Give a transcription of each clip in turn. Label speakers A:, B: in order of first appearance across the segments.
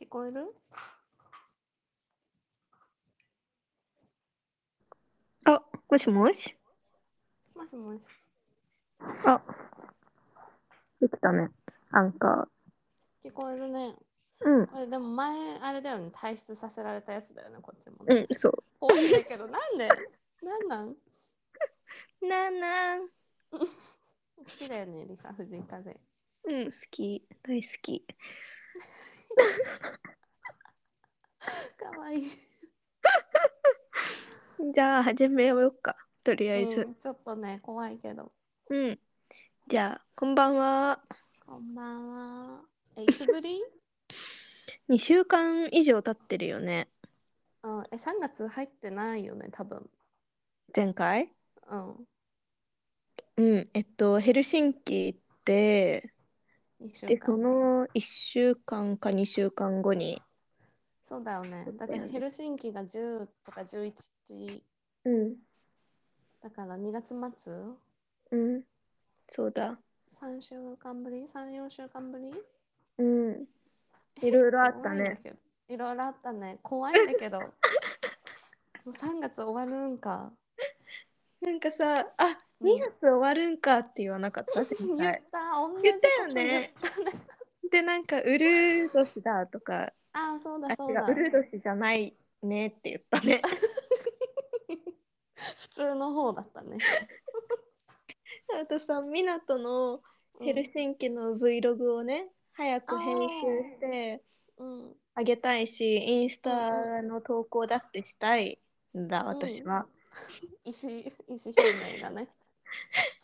A: 聞こえる
B: あ、もしもし
A: もしもし。
B: あ、できたね。アンカ
A: 聞こえるね。
B: ー。うん。
A: これでも前、あれだよね。退出させられたやつだよね、こっちも、
B: う
A: ね。
B: ん、そ
A: 怖いんだけど、なんでなんなん好
B: う。なあなあ。
A: きだよね、リサ、藤井風。
B: うん、好き。大好き。
A: かわいい。
B: じゃあ、始めようか。とりあえず
A: う。んちょっとね、怖いけど。
B: うん。じゃあ、こんばんは。
A: こんばんは。え、いつぶり
B: 2週間以上経ってるよね。
A: うん。え、3月入ってないよね、多分。
B: 前回
A: うん。
B: うん。えっと、ヘルシンキ行って、
A: 一週
B: で、そ
A: 間。
B: の1週間か2週間後に。
A: そうだよね。だってヘルシンキが10とか11日
B: うん。
A: だから2月末
B: うん。そうだ。
A: 3週間ぶり ?34 週間ぶり
B: うん。いろいろあった
A: 怖いんだ
B: ね。
A: けどいろいろあったね。怖いんだけ ど。もう3月終わるんか。
B: なんかさ、あ、
A: うん
B: 2月終わるんかって言わなかった
A: 言
B: 前
A: った
B: 回、
A: 同じこと
B: 言ったよね
A: 言ったね
B: で、なんか、うる年だとか、
A: ああ、そう
B: あ、
A: だそう
B: 違
A: だ
B: う、。うる年じゃないねって言ったね。
A: 普通の方だったね。
B: あとさ、みなとのヘルシンキの Vlog をね、早く編集して
A: うん。うん
B: あげたいし、インス
A: うん
B: タの投稿だってしたいんだ、私は。
A: 意思、意思表明がね。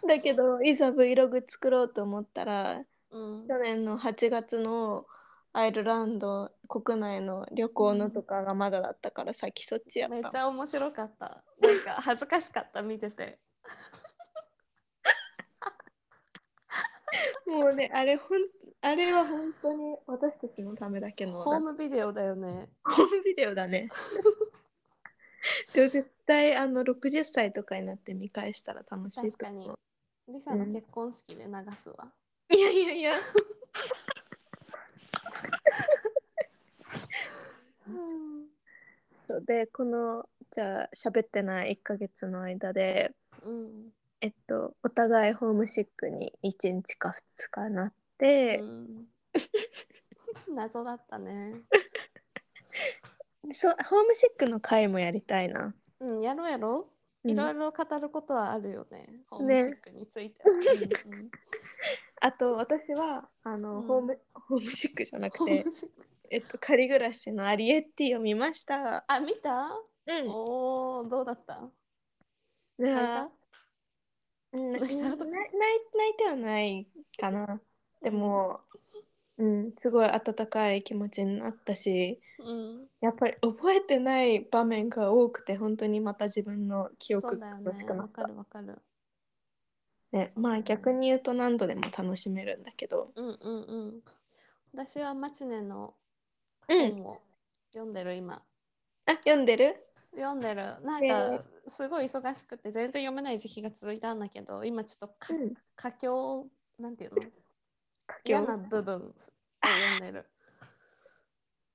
B: だけど、いざ Vlog 作ろうと思ったら、
A: うん。
B: 去年の8月のアイルランド国内の旅行のとかがまだだったからさっきそっちやっ
A: めったちゃ面白かった。なんか恥ずかしかった、見てて。
B: もうねあれほんあれは本当に私たちのためだけの
A: ホームビデオだよね。
B: ホームビデオだねでも絶対あの60歳とかになって見返したら楽しい
A: 確
B: と
A: かに
B: 思う。
A: リサの結婚式で流すわ。
B: いやいやいや
A: うん。
B: そうでこのじゃあ喋ってない1ヶ月の間で
A: うん。
B: えっとお互いホームシックに1日か2日なって、
A: うん、 謎だったね。
B: そうホームシックの回もやりたいな。
A: うん、やろうやろう。いろいろ語ることはあるよね。ホームシックについては。うんうん
B: あと私はあの、
A: うん
B: ホームホームシックじゃな
A: ホ
B: く
A: ー
B: て
A: ム、シック
B: えっと、仮暮らしのアリエッティを見ました。
A: あ、見た
B: うん。
A: おお、どうだった
B: い
A: 泣い
B: や
A: た
B: うんな
A: 泣
B: 泣
A: い
B: い
A: た
B: 泣い泣いてはないかな。でも、うん、すごい温かい気持ちになったし、
A: うん。
B: やっぱり覚えてない場面が多くて、本当にまた自分の記
A: そう
B: 憶
A: だ
B: が
A: よ
B: 楽し
A: ね。
B: くな
A: わ
B: っ
A: か
B: た。
A: るわかる。
B: ね、まあ逆に言うと何度でも楽しめるんだけど。
A: うんうんうん。私はマチネの
B: うん。
A: 本を読んでる今。
B: あ、読んでる
A: 読んでる。なん
B: ね
A: か、すごい忙しくて全然読めない時期が続いたんだけど、今ちょっとか
B: ん。
A: 佳境、なんていうの
B: 今
A: 嫌
B: 日
A: な部分を読んでる。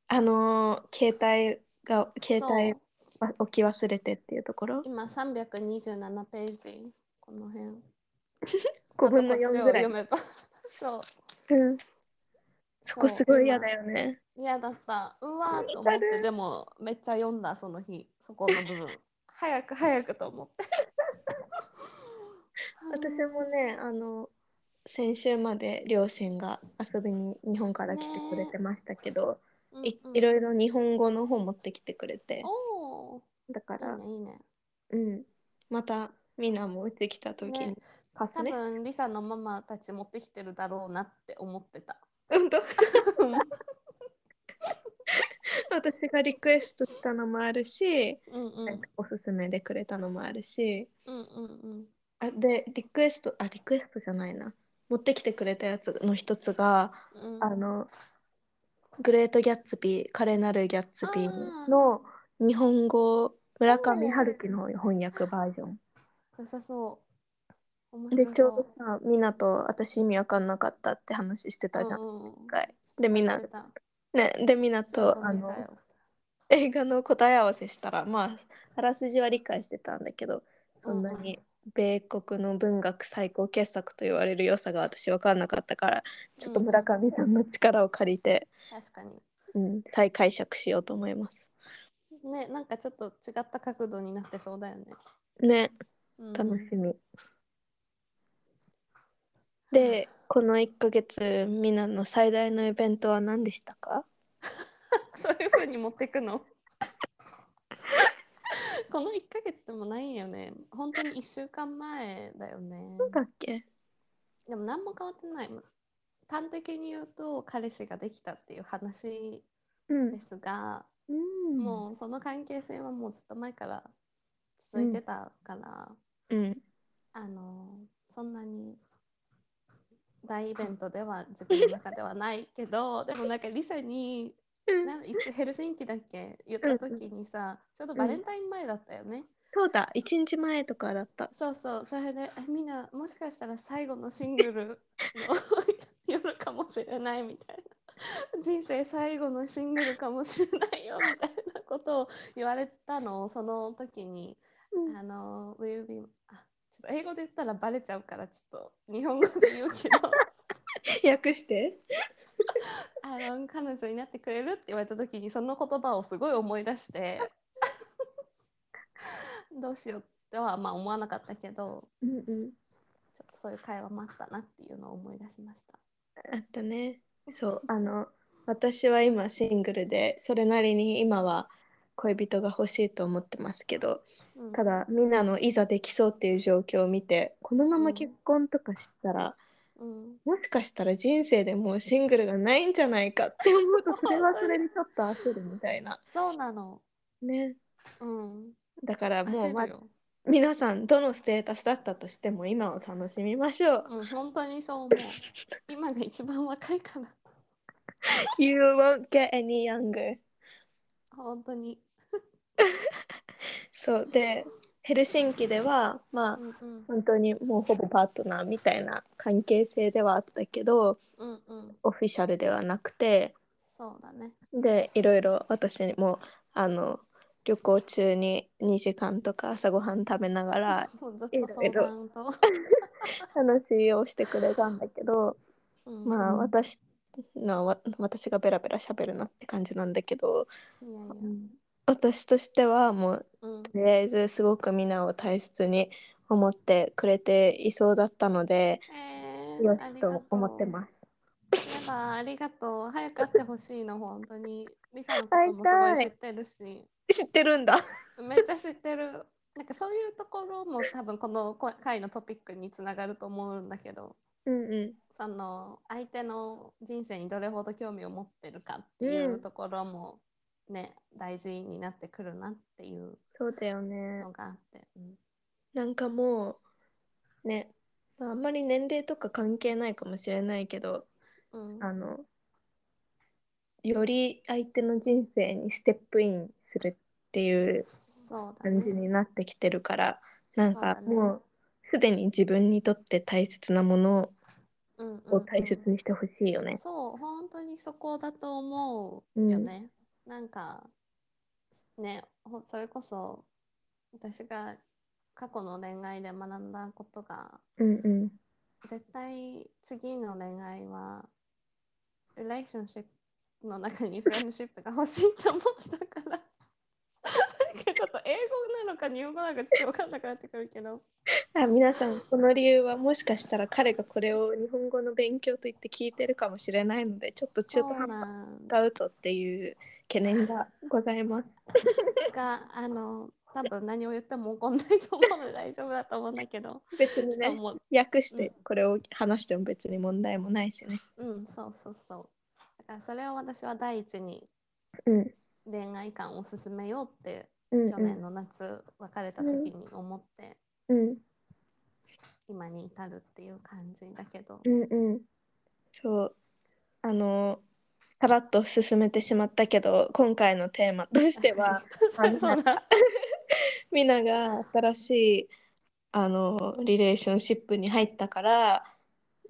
B: あのー携帯が携帯
A: そう
B: わ置き忘れてっていうところ
A: 今327ページ、この辺。
B: 5分の4
A: あとこっちを
B: ぐらい
A: 読、めばそう。
B: うん、そこすごい嫌だ
A: よ。
B: よね
A: 嫌だった。うわーと思っ
B: わか
A: て、
B: る
A: でもめっちゃ読んだ、その日、そこの部 分。早く早くと思 って。
B: 私もねあの先週まで両親が遊びに日本から来てくれてましたけど、
A: うん
B: い
A: うん
B: いろいろ日本語の方持ってきてくれて
A: お
B: だか
A: ーい
B: ら、
A: いね、いいね。
B: うん、またみんなもうち来た時 に、
A: ね
B: パス
A: 多
B: ね
A: 分、リサのママたち持ってきてるだろうなって思って た。
B: うんと私がリクエストしたのもあるし、
A: うんうん。う
B: なん
A: ん
B: かおすすめでくれたのもあるし
A: うんうん。
B: あでリクエストあリクエストじゃないな持ってきてくれたやつの一つが、
A: うん
B: あのグレート・ギャッツビーカレナル・ギャッツビーの日本語村上春樹の翻訳バージョン
A: 良さそう。面
B: で
A: 白
B: ちょう
A: そう
B: どさみんなと私意味わかんなかったって話してたじゃん、
A: うんうんうん
B: 一回でみんな
A: 知ってた
B: ね、でみんな
A: そう
B: とあ
A: 見た
B: の
A: よ
B: 映画の答え合わせしたらまああらすじは理解してたんだけどそんなに米国の文学最高傑作と言われる良さが私分かんなかったからちょっと村上さんの力を借りて、
A: 確かに
B: うん、再解釈しようと思います。
A: ねなんかちょっと違った角度になってそうだよね、
B: ね
A: うん
B: 楽しみ。でこの1ヶ月みんなの最大のイベントは何でしたか
A: そういう風に持ってくの この1ヶ月でもないよね本当に1週間前だよね
B: なんだっけ
A: でも何も変わってない端的に言うと彼氏ができたっていう話
B: うん
A: で。すが、
B: うん
A: もうその関係性はもうずっと前から続いてたから、
B: うん。
A: あのそんなに大イベントでは自分の中ではないけどでもなんかリサに
B: うん
A: なんいつヘルシンキだっけ言った時にさちょうどバレンタイン前だったよね、
B: そうだ、1日前とかだった。
A: そうそうそれでえみんなもしかしたら最後のシングルの 夜かもしれないみたいな人生最後のシングルかもしれないよみたいなことを言われたのをその時にあの、ウェルビーあ、ちょっと英語で言ったらバレちゃうから、ちょっと日本語で言うけ ど、
B: 訳して。
A: あの、彼女になってくれるって言われた時に、その言葉をすごい思い出して、どうしようとは、まあ思わなかったけど、
B: うんうん。
A: ちょっとそういう会話もあったなっていうのを思い出しました。
B: あったね。そう、あの、私は今シングルで、それなりに今は恋人が欲しいと思ってますけど、
A: うん
B: ただ、みんなのいざできそうっていう状況を見て、このまま結婚とかしたら、
A: うん、
B: もしかしたら人生でもうシングルがないんじゃないかって思う と、それはそれでちょっと焦るみたいな。
A: そうなの。
B: ね。
A: うん。
B: だからもう、
A: 焦
B: ま
A: る、よ
B: 皆さん、どのステータスだったとしても、今を楽しみましょう。
A: うん、本当にそう思う。今が一番若いから、
B: You won't get any younger.
A: 本当に。
B: そうでヘルシンキではまあ
A: うんうん
B: 本当にもうほぼパートナーみたいな関係性ではあったけど
A: うんうん。
B: オフィシャルではなくて
A: そうだね。
B: でいろいろ私もあの旅行中に2時間とか朝ごはん食べながら
A: もうずっと相談と。
B: 話をしてくれたんだけどまあ
A: うん
B: 私のわ私がベラベラ喋るなって感じなんだけど
A: いやいや、
B: 私としてはもう
A: うん、
B: とりあえずすごくみんなを大切に思ってくれていそうだったので、
A: えー、
B: よ
A: あり
B: し
A: がと
B: と思ってます。
A: す。やだ、ありがとう。早く会ってほしいの、本当に。リサのこともすごい
B: 会いたい
A: 知ってるし、
B: 知ってるんだ。
A: めっちゃ知ってる。なんかそういうところも多分このこ回のトピックにつながると思うんだけど、
B: うんう。
A: その相手の人生にどれほど興味を持ってるかっていうところもね、大事になってくるなっていうん
B: そうだよね
A: の。があって。うん
B: なんかもうね、まあ、あんまり年齢とか関係ないかもしれないけど、
A: うん
B: あのより相手の人生にステップインするっていう
A: そうだ
B: 感じ
A: ね。
B: になってきてるから、なんか
A: そうだね
B: もうすでに自分にとって大切なもの
A: うんうん
B: を大切にしてほしいよね。
A: そう、本当にそこだと思
B: う
A: うんよね。なんか、ね、ほそれこそ、私が過去の恋愛で学んだことが、
B: うんうん。
A: 絶対次の恋愛は、リレーションシップの中にフレンドシップが欲しいと思ってたから。なんかちょっと英語なのか日本語なのかちょっと分かんなくなってくるけど。
B: あ皆さんこの理由はもしかしたら彼がこれを日本語の勉強と言って聞いてるかもしれないのでちょっと中
A: そ
B: 途
A: う
B: 半端
A: なん
B: アウトっていう懸念がございます。
A: が、あの、多分何を言っても怒んないと思うの で大丈夫だと思うんだけど。
B: 別に
A: そう
B: ね
A: 思う
B: 訳してこれを話しても別に問題もないしね。
A: うん、そうそうそう。だからそれを私は第一に
B: うん
A: 恋愛観を進めようって、
B: うん
A: 去年の夏別れた時に思って、
B: うん
A: 今に至るっていう感じだけど。
B: うんうん。そうあのさらっと進めてしまったけど今回のテーマとして はあ の
A: そうだ。
B: みんなが新しいあのリレーションシップに入ったから。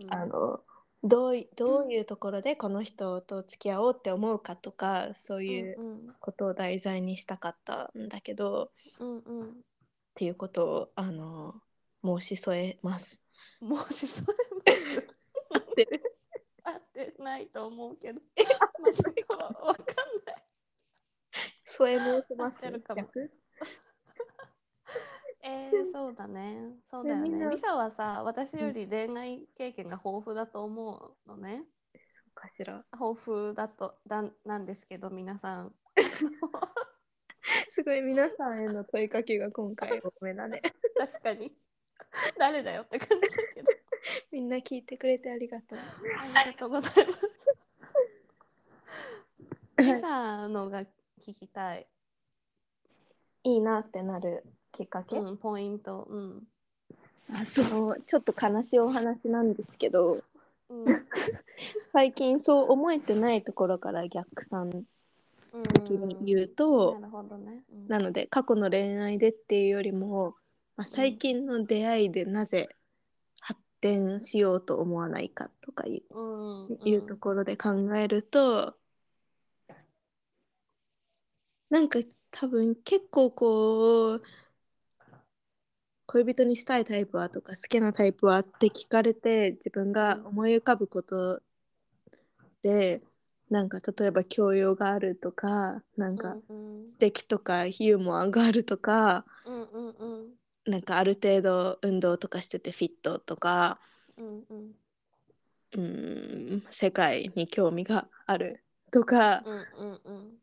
B: あのどういどういうところでこの人と付き合おうって思うかとかそういう
A: うん
B: ことを題材にしたかったんだけどっ
A: うんうん
B: ていうことをあの申し添えます。
A: うんもしそれも
B: 合ってる
A: 合ってないと思うけどまさかはわかんない
B: 添え申しま
A: 合ってる
B: す
A: かも
B: 逆
A: えー、そうだねそうだよ
B: ねみん
A: ね
B: な
A: リサはさ私より恋愛経験が豊富だと思うのね
B: かしら
A: 豊富だとだなんですけど皆さ ん
B: すごい皆さんへの問いかけが今回多め だね。
A: 確かに 誰だよって感じだけど
B: みんな聞いてくれてありがとう。
A: ありがとうございます。リサのが聞きたい。
B: いいなってなるきっかけ、
A: うん、ポイント。うん。
B: あそうちょっと悲しいお話なんですけど
A: うん。
B: 最近そう思えてないところから逆算
A: うん
B: 的に言うと、
A: なるほどね。うん
B: なので過去の恋愛でっていうよりも、まあ、最近の出会いでなぜ発展しようと思わないかとかいう,、
A: うん。うん
B: いうところで考えるとなんか多分結構こう恋人にしたいタイプはとか好きなタイプはって聞かれて自分が思い浮かぶことでなんか例えば教養があるとかなんか
A: うん
B: 素敵とかユーモアがあるとか
A: うんうんうん
B: なんかある程度運動とかしててフィットとか
A: うんうん
B: うーん世界に興味があるとか
A: うんうんうん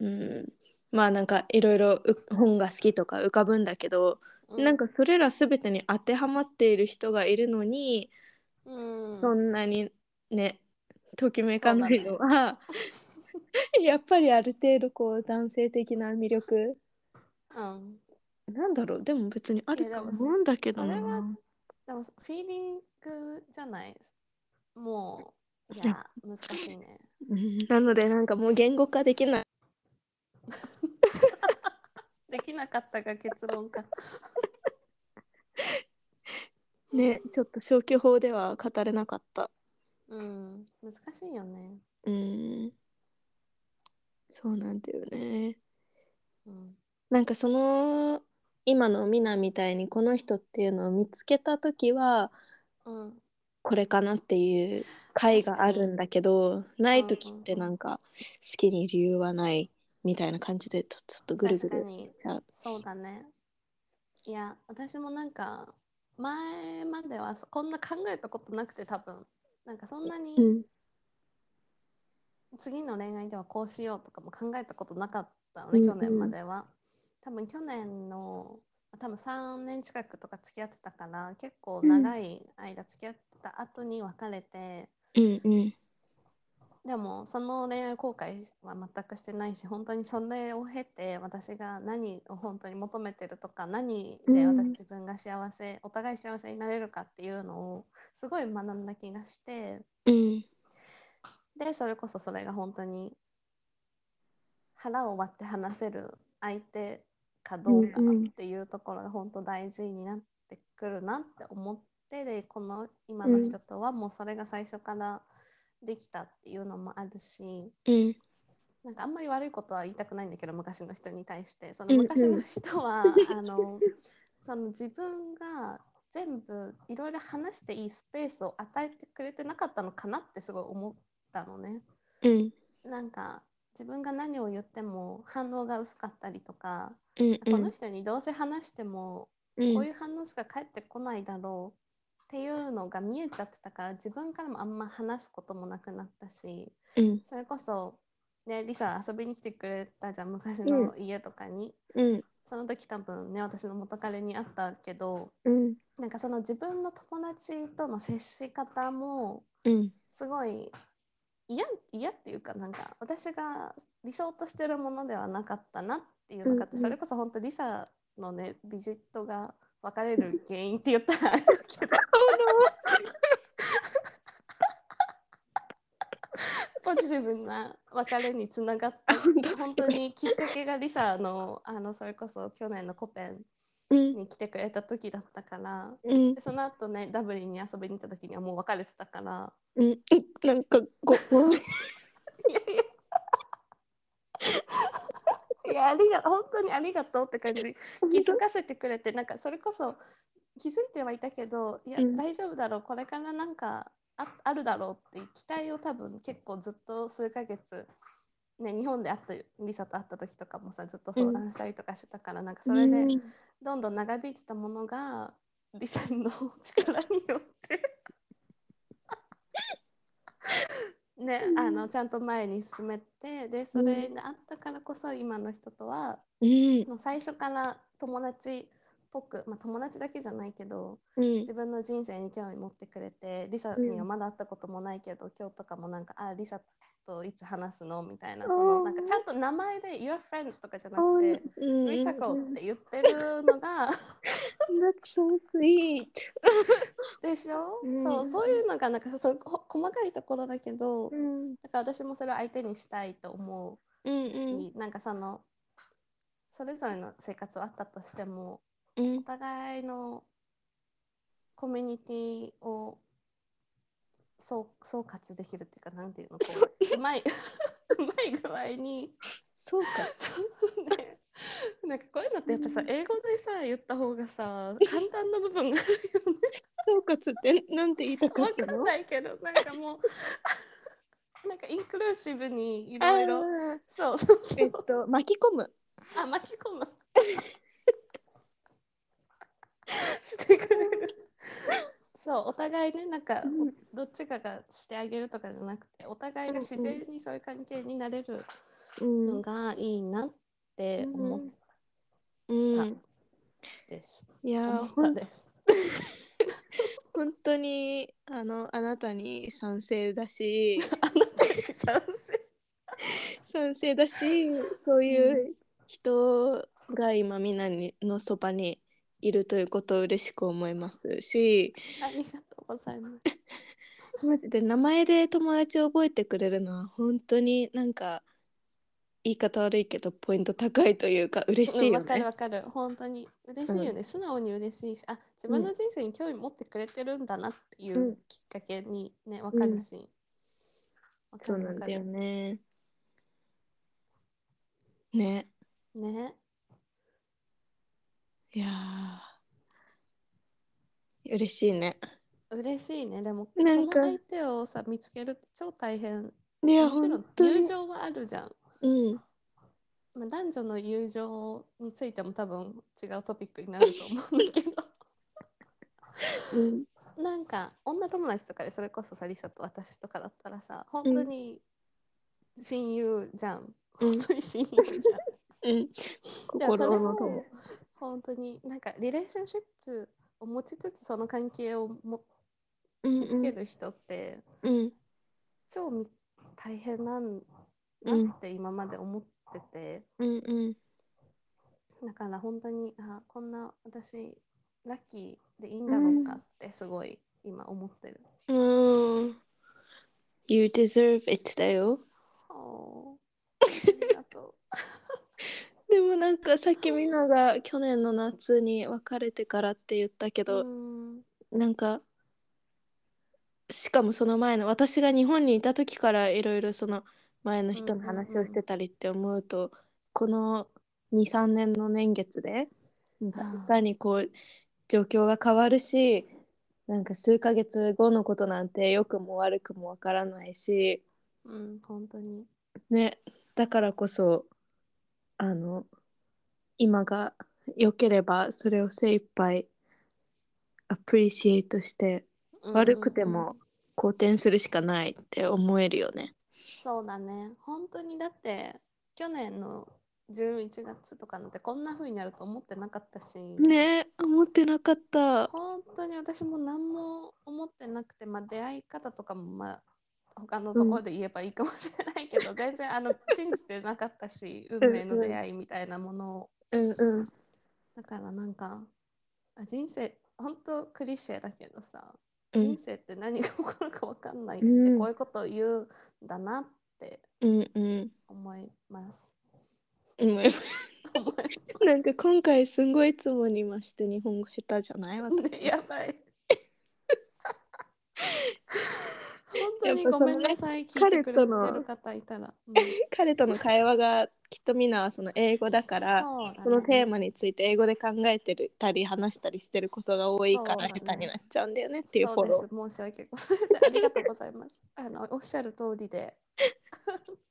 B: うんまあなんかいろいろう本が好きとか浮かぶんだけど
A: うん
B: なんかそれら全てに当てはまっている人がいるのに
A: うん
B: そんなにねときめかないのは やっぱりある程度こう男性的な魅力
A: うん
B: なんだろうでも別にある
A: いや
B: と
A: でも
B: 思うんだけど
A: それ
B: な
A: は。でもフィーリングじゃないもうい や難しいね
B: なのでなんかもう言語化できない
A: できなかったが結論か
B: ねちょっと消去法では語れなかった
A: うん難しいよね
B: うんそうなんだよね
A: うん
B: なんかその今のミナみたいにこの人っていうのを見つけた時は
A: うん
B: これかなっていう回があるんだけどない時ってなんか好きに理由はないみたいな感じでちょちょっとぐるぐ
A: 確
B: る
A: かに
B: しちゃう
A: そうだねいや私もなんか前まではそこんな考えたことなくて多分なんかそんな
B: う
A: に
B: ん
A: 次の恋愛ではこうしようとかも考えたことなかったのね、
B: うん
A: 去年までは多分去年の多分3年近くとか付き合ってたから結構長い間付き合ってた後に別れて、
B: うんうん
A: でもその恋愛後悔は全くしてないし本当にそれを経て私が何を本当に求めてるとか何で
B: うん
A: 私自分が幸せ、お互い幸せになれるかっていうのをすごい学んだ気がして
B: うん
A: でそれこそそれが本当に腹を割って話せる相手かどうか
B: うんうん
A: っていうところが本当大事になってくるなって思ってでこの今の人とはもうそれが最初からできたっていうのもあるし。
B: うん
A: なんかあんまり悪いことは言いたくないんだけど昔の人に対してそ
B: うん
A: の
B: うん
A: 昔の人は、あのその自分が全部いろいろ話していいスペースを与えてくれてなかったのかなってすごい思ったのね。
B: うん
A: なんか自分が何を言っても反応が薄かったりとか、
B: うん
A: この人にどうせ話しても
B: うん
A: こういう反応しか返ってこないだろうっていうのが見えちゃってたから自分からもあんま話すこともなくなったし。
B: うん
A: それこそ、ね、リサ遊びに来てくれたじゃん昔の家とかに、
B: うん
A: その時多分ね私の元彼に会ったけど
B: うん
A: なんかその自分の友達との接し方も
B: うん
A: すごい嫌嫌っていうかなんか私が理想としてるものではなかったなっていうのがあって、
B: うんうん
A: それこそ本当リサのねビジットが別れる原因って言ったらあれだけ どポジティブな別れにつながった
B: 本当
A: 本当にきっかけがリサのあのそれこそ去年のコペン
B: うん
A: に来てくれた時だったから
B: うん
A: でその後ねダブリンに遊びに行った時にはもう別れてたから
B: うんなんかごごめ
A: い
B: ん
A: やいや いやありが本当にありがとうって感じ気づかせてくれてなんかそれこそ気づいてはいたけどいや、
B: うん
A: 大丈夫だろうこれからなんかああるだろうっていう期待を多分結構ずっと数ヶ月、ね、日本で会ったリサと会った時とかもさずっと相談したりとかしてたから、なんかそれで
B: うん
A: どんどん長引いてたものがリサの力によって ね、
B: うん
A: あのちゃんと前に進めてでそれがあったからこそ今の人とは
B: うん
A: もう最初から友達っぽく、まあ、友達だけじゃないけど
B: うん
A: 自分の人生に興味持ってくれてリサにはまだ会ったこともないけど、今日とかもなんか「あリサといつ話すの?」みたいなそ
B: あ
A: の
B: ー
A: なんかちゃんと名前で「Your friend」とかじゃな
B: う
A: く
B: ん
A: て「リサ子」って言ってるのが
B: That's so sweet
A: でしょ、
B: うん
A: そうそういうのがなんかそそうほ細かいところだけど、
B: うん
A: だから私もそれを相手にしたいと思う。
B: うん
A: し、なんかそのそれぞれの生活はあったとしても
B: うん
A: お互いのコミュニティを総総括できるっていうかなんていうのこ ううまいうまい具合に
B: そうか
A: そうねなんかこういうのってやっぱさ
B: うん
A: 英語でさ言った方が さ簡単な部分があるよね
B: 総括ってなんて言いたかっ
A: わ
B: た
A: かん
B: の
A: ないけどなんかもう なんかインクルーシブにいろいろ
B: あー
A: そうそうそ
B: えっ
A: う
B: と巻き込む
A: あ、巻き込む。してくれる。そう、お互いね、なんか、
B: うん
A: おどっちかがしてあげるとかじゃなくて、お互いが自然にそういう関係になれるのがいいなって思っ
B: うんう
A: た
B: ん
A: です。
B: いやーほ
A: 思った
B: ん
A: です。
B: 本当にあのあなたに賛成だし
A: 賛成。
B: 賛成だしそういう人が今みんなにのそばにいるということを嬉しく思いますし
A: ありがとうございます。
B: マジで名前で友達を覚えてくれるのは本当になんか言い方悪いけどポイント高いというか嬉し
A: う
B: い
A: ん
B: よ
A: わかる
B: ね。
A: わかる。本当に嬉しいよね。素直に嬉しいし、あ、自分の人生に興味持ってくれてるんだなってい
B: うん
A: うきっかけにね、わかるし。わか
B: そう
A: る
B: な
A: わ
B: ん
A: か
B: だよ
A: る。
B: ね。ね。
A: ね。
B: いやー嬉しいね。
A: 嬉しいね。でも、
B: な
A: そ
B: ん
A: の
B: か
A: 相手をさ、見つけるって超大変。
B: いや
A: もちろ
B: 本
A: ん、
B: 当
A: 友
B: に。
A: 情はあるじゃん。
B: うん。
A: まあ、男女の友情についても多分違うトピックになると思うんだけど。
B: うん。
A: なんか、女友達とかでそれこそさ、リサと私とかだったらさ、本当に親友じゃん。
B: うん
A: 本当に親友 じゃん。
B: うん。
A: でもそれ
B: 心の
A: も
B: 友。
A: 本当になんかリレーションシップを持ちつつその関係をも
B: うん
A: 築ける人って
B: うん。
A: 超み大変なん
B: う
A: だ
B: ん
A: って今まで思ってて、
B: うんうん。
A: だから本当にあこんな私ラッキーでいいんだろうかってすごい今思ってる。
B: うん。You deserve it だよ。
A: おーありがと
B: でもなんかさっきみんなが去年の夏に別れてからって言ったけ
A: う。
B: ど
A: う、ん
B: なんかしかもその前の私が日本にいた時からいろいろその前の人の話をしてたりって思うと、この23年の年月でなんか
A: あー
B: いかにこう状況が変わるしなんか数ヶ月後のことなんて良くも悪くもわからないし、
A: うん、本当に。
B: ね、だからこそあの今が良ければそれを精一杯アプリシエイトして。
A: うん
B: 悪くて
A: うんうん
B: も好転するしかないって思えるよね。
A: そうだね。本当にだって去年の11月とかなんてこんな風になると思ってなかったし、
B: ねえ思ってなかった。
A: 本当に私も何も思ってなくて、まあ、出会い方とかもまあ他のところで言えばいいかもしれない けど、全然あの信じてなかったし運命の出会いみたいなものを
B: うんうん
A: だからなんかあ人生本当クリシェだけどさ、
B: う
A: 人
B: ん
A: 生って何が起こるか分かんないって、
B: うん
A: こういうことを言うんだなって
B: うんうん。
A: 思います。
B: うん
A: お前
B: なんか今回すんごいいつもに増して日本語下手じゃない私
A: ねやば い。本当にごめんなさい、聞いてくれてる方いたら。うん
B: 彼との会話がきっとみんなその英語だから
A: そうだね
B: このテーマについて英語で考えてるたり話したりしてることが多いか
A: そ
B: ら
A: うだ
B: 下
A: ね
B: 手になっちゃうんだよねっていうフォ
A: そ
B: ロ
A: うです。申し訳ございません。ありがとうございます。 あのおっしゃる通りで。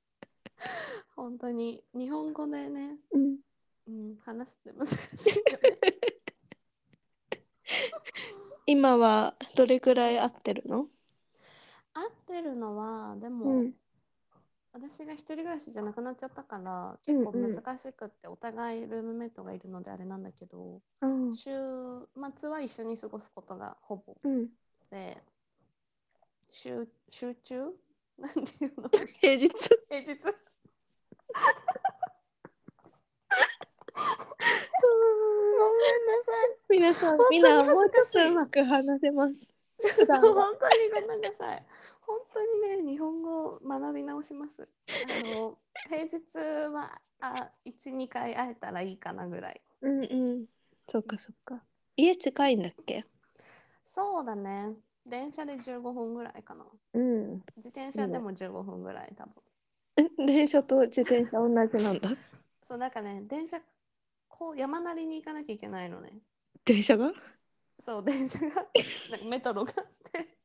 A: 本当に日本語でね、
B: ー。うん
A: うん、話すって難しいよね。
B: 今はどれくらい合ってるの、
A: 合ってるのは、でも、
B: うん
A: 私が一人暮らしじゃなくなっちゃったから、
B: うん
A: 結
B: うん
A: 構難しくって、お互いルームメイトがいるのであれなんだけど、
B: うん
A: 週末は一緒に過ごすことがほぼ
B: うん、
A: で週集中 なんていうの
B: 平 日
A: 平日
B: 皆さん
A: 本当
B: み
A: に
B: んなもう
A: 恥ず
B: ち
A: かしい
B: ょっとうまく話せます。
A: ちょっと 本当にごめんなさい本当にね日本語を学び直しますあの平日はあ12回会えたらいいかなぐらい
B: うんうん。そっかそっか。家近いんだっけ？
A: そうだね電車で15分ぐらいかな
B: うん。
A: 自転車でも15分ぐらい多分
B: 電車と自転車同じなん だ。
A: そうなんかね電車こう山なりに行かなきゃいけないのね
B: 電車が？
A: そう電 車がなんかメトロがあって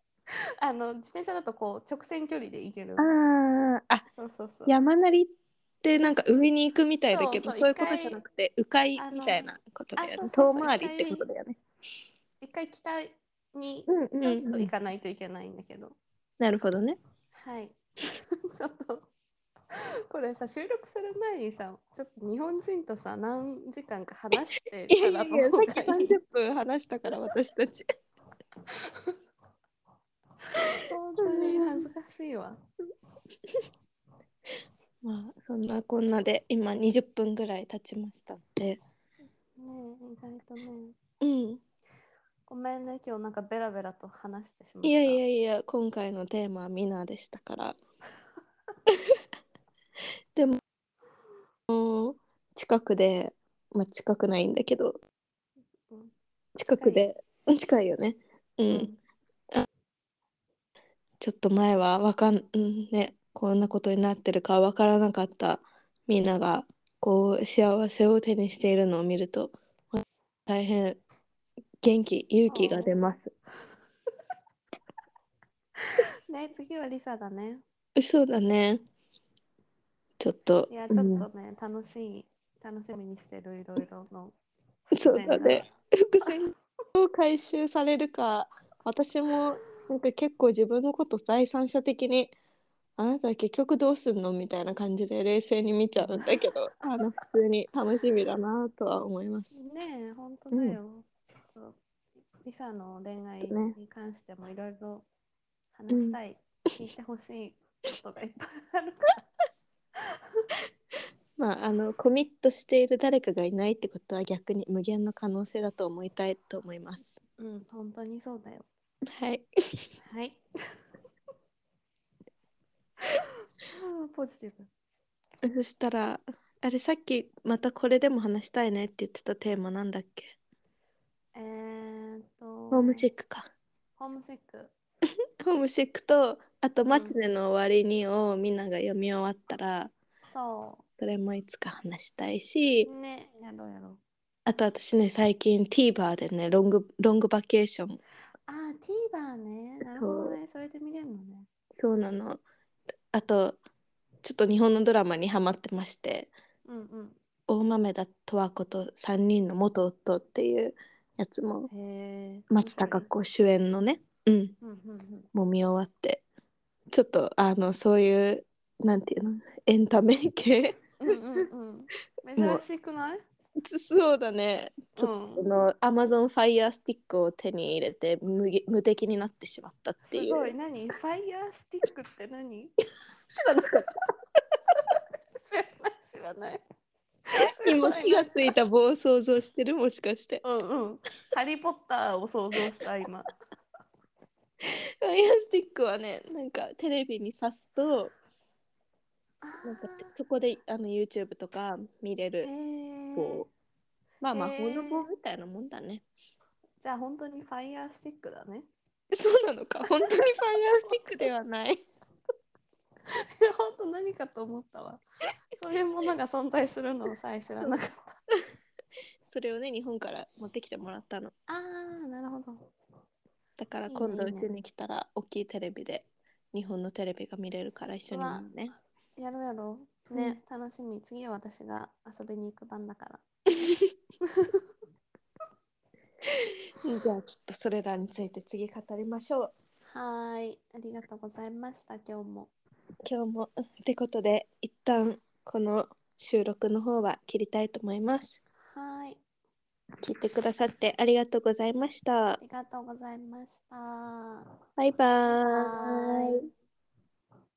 A: あの自転車だとこう直線距離で行ける
B: ああ。あ
A: そうそうそう
B: 山なりってなんか上に行くみたいだけど
A: そうそう
B: そういうことじゃなくて迂回
A: あの
B: みたいなことだよね
A: あ。そうそうそ
B: 遠
A: う
B: 回りってことだよね。
A: 一回北に
B: うん
A: ちょっと
B: う
A: 行
B: ん。
A: かないといけないんだけど、
B: なるほどね。
A: はい ちょっとこれさ収録する前にさちょっと日本人とさ何時間か話して
B: いやい
A: から
B: やい
A: の
B: やさ
A: 方
B: っ
A: が
B: き
A: い
B: 三
A: い
B: 十分話したから私 たち。
A: 本当に恥ずかしいわ
B: まあそんなこんなで今20分ぐらい経ちましたので。
A: ねえ意外とね
B: うん。
A: ごめんね今日なんかベラベラと話してしまった
B: いやいやいや今回のテーマはミナーでしたから でもうん近くでまあ近くないんだけど
A: うん
B: 近くで近いよねうん、
A: うん
B: ちょっと前はわかん、うん、ねこんなことになってるかわからなかったみんながこう幸せを手にしているのを見ると大変元気勇気が出ます
A: ね次はリサだね
B: そうだねちょっと
A: いやちょっと
B: うん
A: ね、楽しい楽しみにしてるいろいろの
B: そうだね。伏線を回収されるか、私もなんか結構自分のこと第三者的に、あなた結局どうすんのみたいな感じで冷静に見ちゃうんだけ ど、あの普通に楽しみだなとは思います。
A: ねえ本当だよ、ちょっとリサの恋愛
B: ね
A: に関してもいろいろ話したい、聞いてほしいことがいっぱいあるから
B: まあ、あのコミットしている誰かがいないってことは逆に無限の可能性だと思いたいと思います。
A: うん本当にそうだよ
B: はい。
A: はい あーポジティブ
B: そしたら、あれさっきまたこれでも話したいねって言ってたテーマなんだっけ
A: えー、っと
B: ホームシックか。
A: ホームシック
B: ホームシックとあと「マチネの終わりに」をみんなが読み終わったら
A: そ
B: それもいつか話したいし
A: うねやろうやろう
B: あと私ね最近 TVer でねロングロングバケーション
A: あー TVer ねなるほどねそれで見れるのね
B: そうなのあとちょっと日本のドラマにハマってまして
A: うんうん
B: 大豆田十和子と3人の元夫っていうやつも
A: へえ。
B: 松たか子主演のねうん
A: うんうんうん。
B: もう見終わってちょっとあのそういうなんていうのエンタメ系
A: うんうんうん。
B: もう
A: 珍しくない？
B: そうだねちょっ
A: うん
B: こ。の Amazon Fire Stick を手に入れて無限無敵になってしまったっ
A: す
B: ていう
A: ごい。何？ファイヤースティックって何？知らない知らない。
B: 今
A: すご
B: 火
A: いな
B: がついた棒を想像してるもしかして
A: うんうん。ハリーポッターを想像した今。
B: Fire Stick はねなんかテレビに挿すとなんかそこであの YouTube とか見れ
A: へ
B: る
A: ー
B: こうまあ魔法
A: へ
B: の
A: ー
B: 棒みたいなもんだね。
A: じゃあ本当にファイヤースティックだね。
B: そうなのか本当にファイヤースティックではない。
A: 本当何かと思ったわ。そういうものが存在するのをさえ知らなかった。
B: それをね日本から持ってきてもらったの。
A: ああ、なるほど。
B: だから
A: いいね
B: 今度
A: いうい
B: ち
A: ね
B: に来たら大きいテレビで日本のテレビが見れるから一緒に見ようね。
A: やろうやろう。ね、楽しみ。次は私が遊びに行く番だから。
B: じゃあちょっとそれらについて次語りましょう。
A: はーい。ありがとうございました、今日も。
B: 今日もってことで一旦この収録の方は切りたいと思います。
A: はーい。
B: 聞いてくださってありがとうございました
A: あ。りがとうございました。
B: バイバ
A: は
B: ーイ。
A: ーい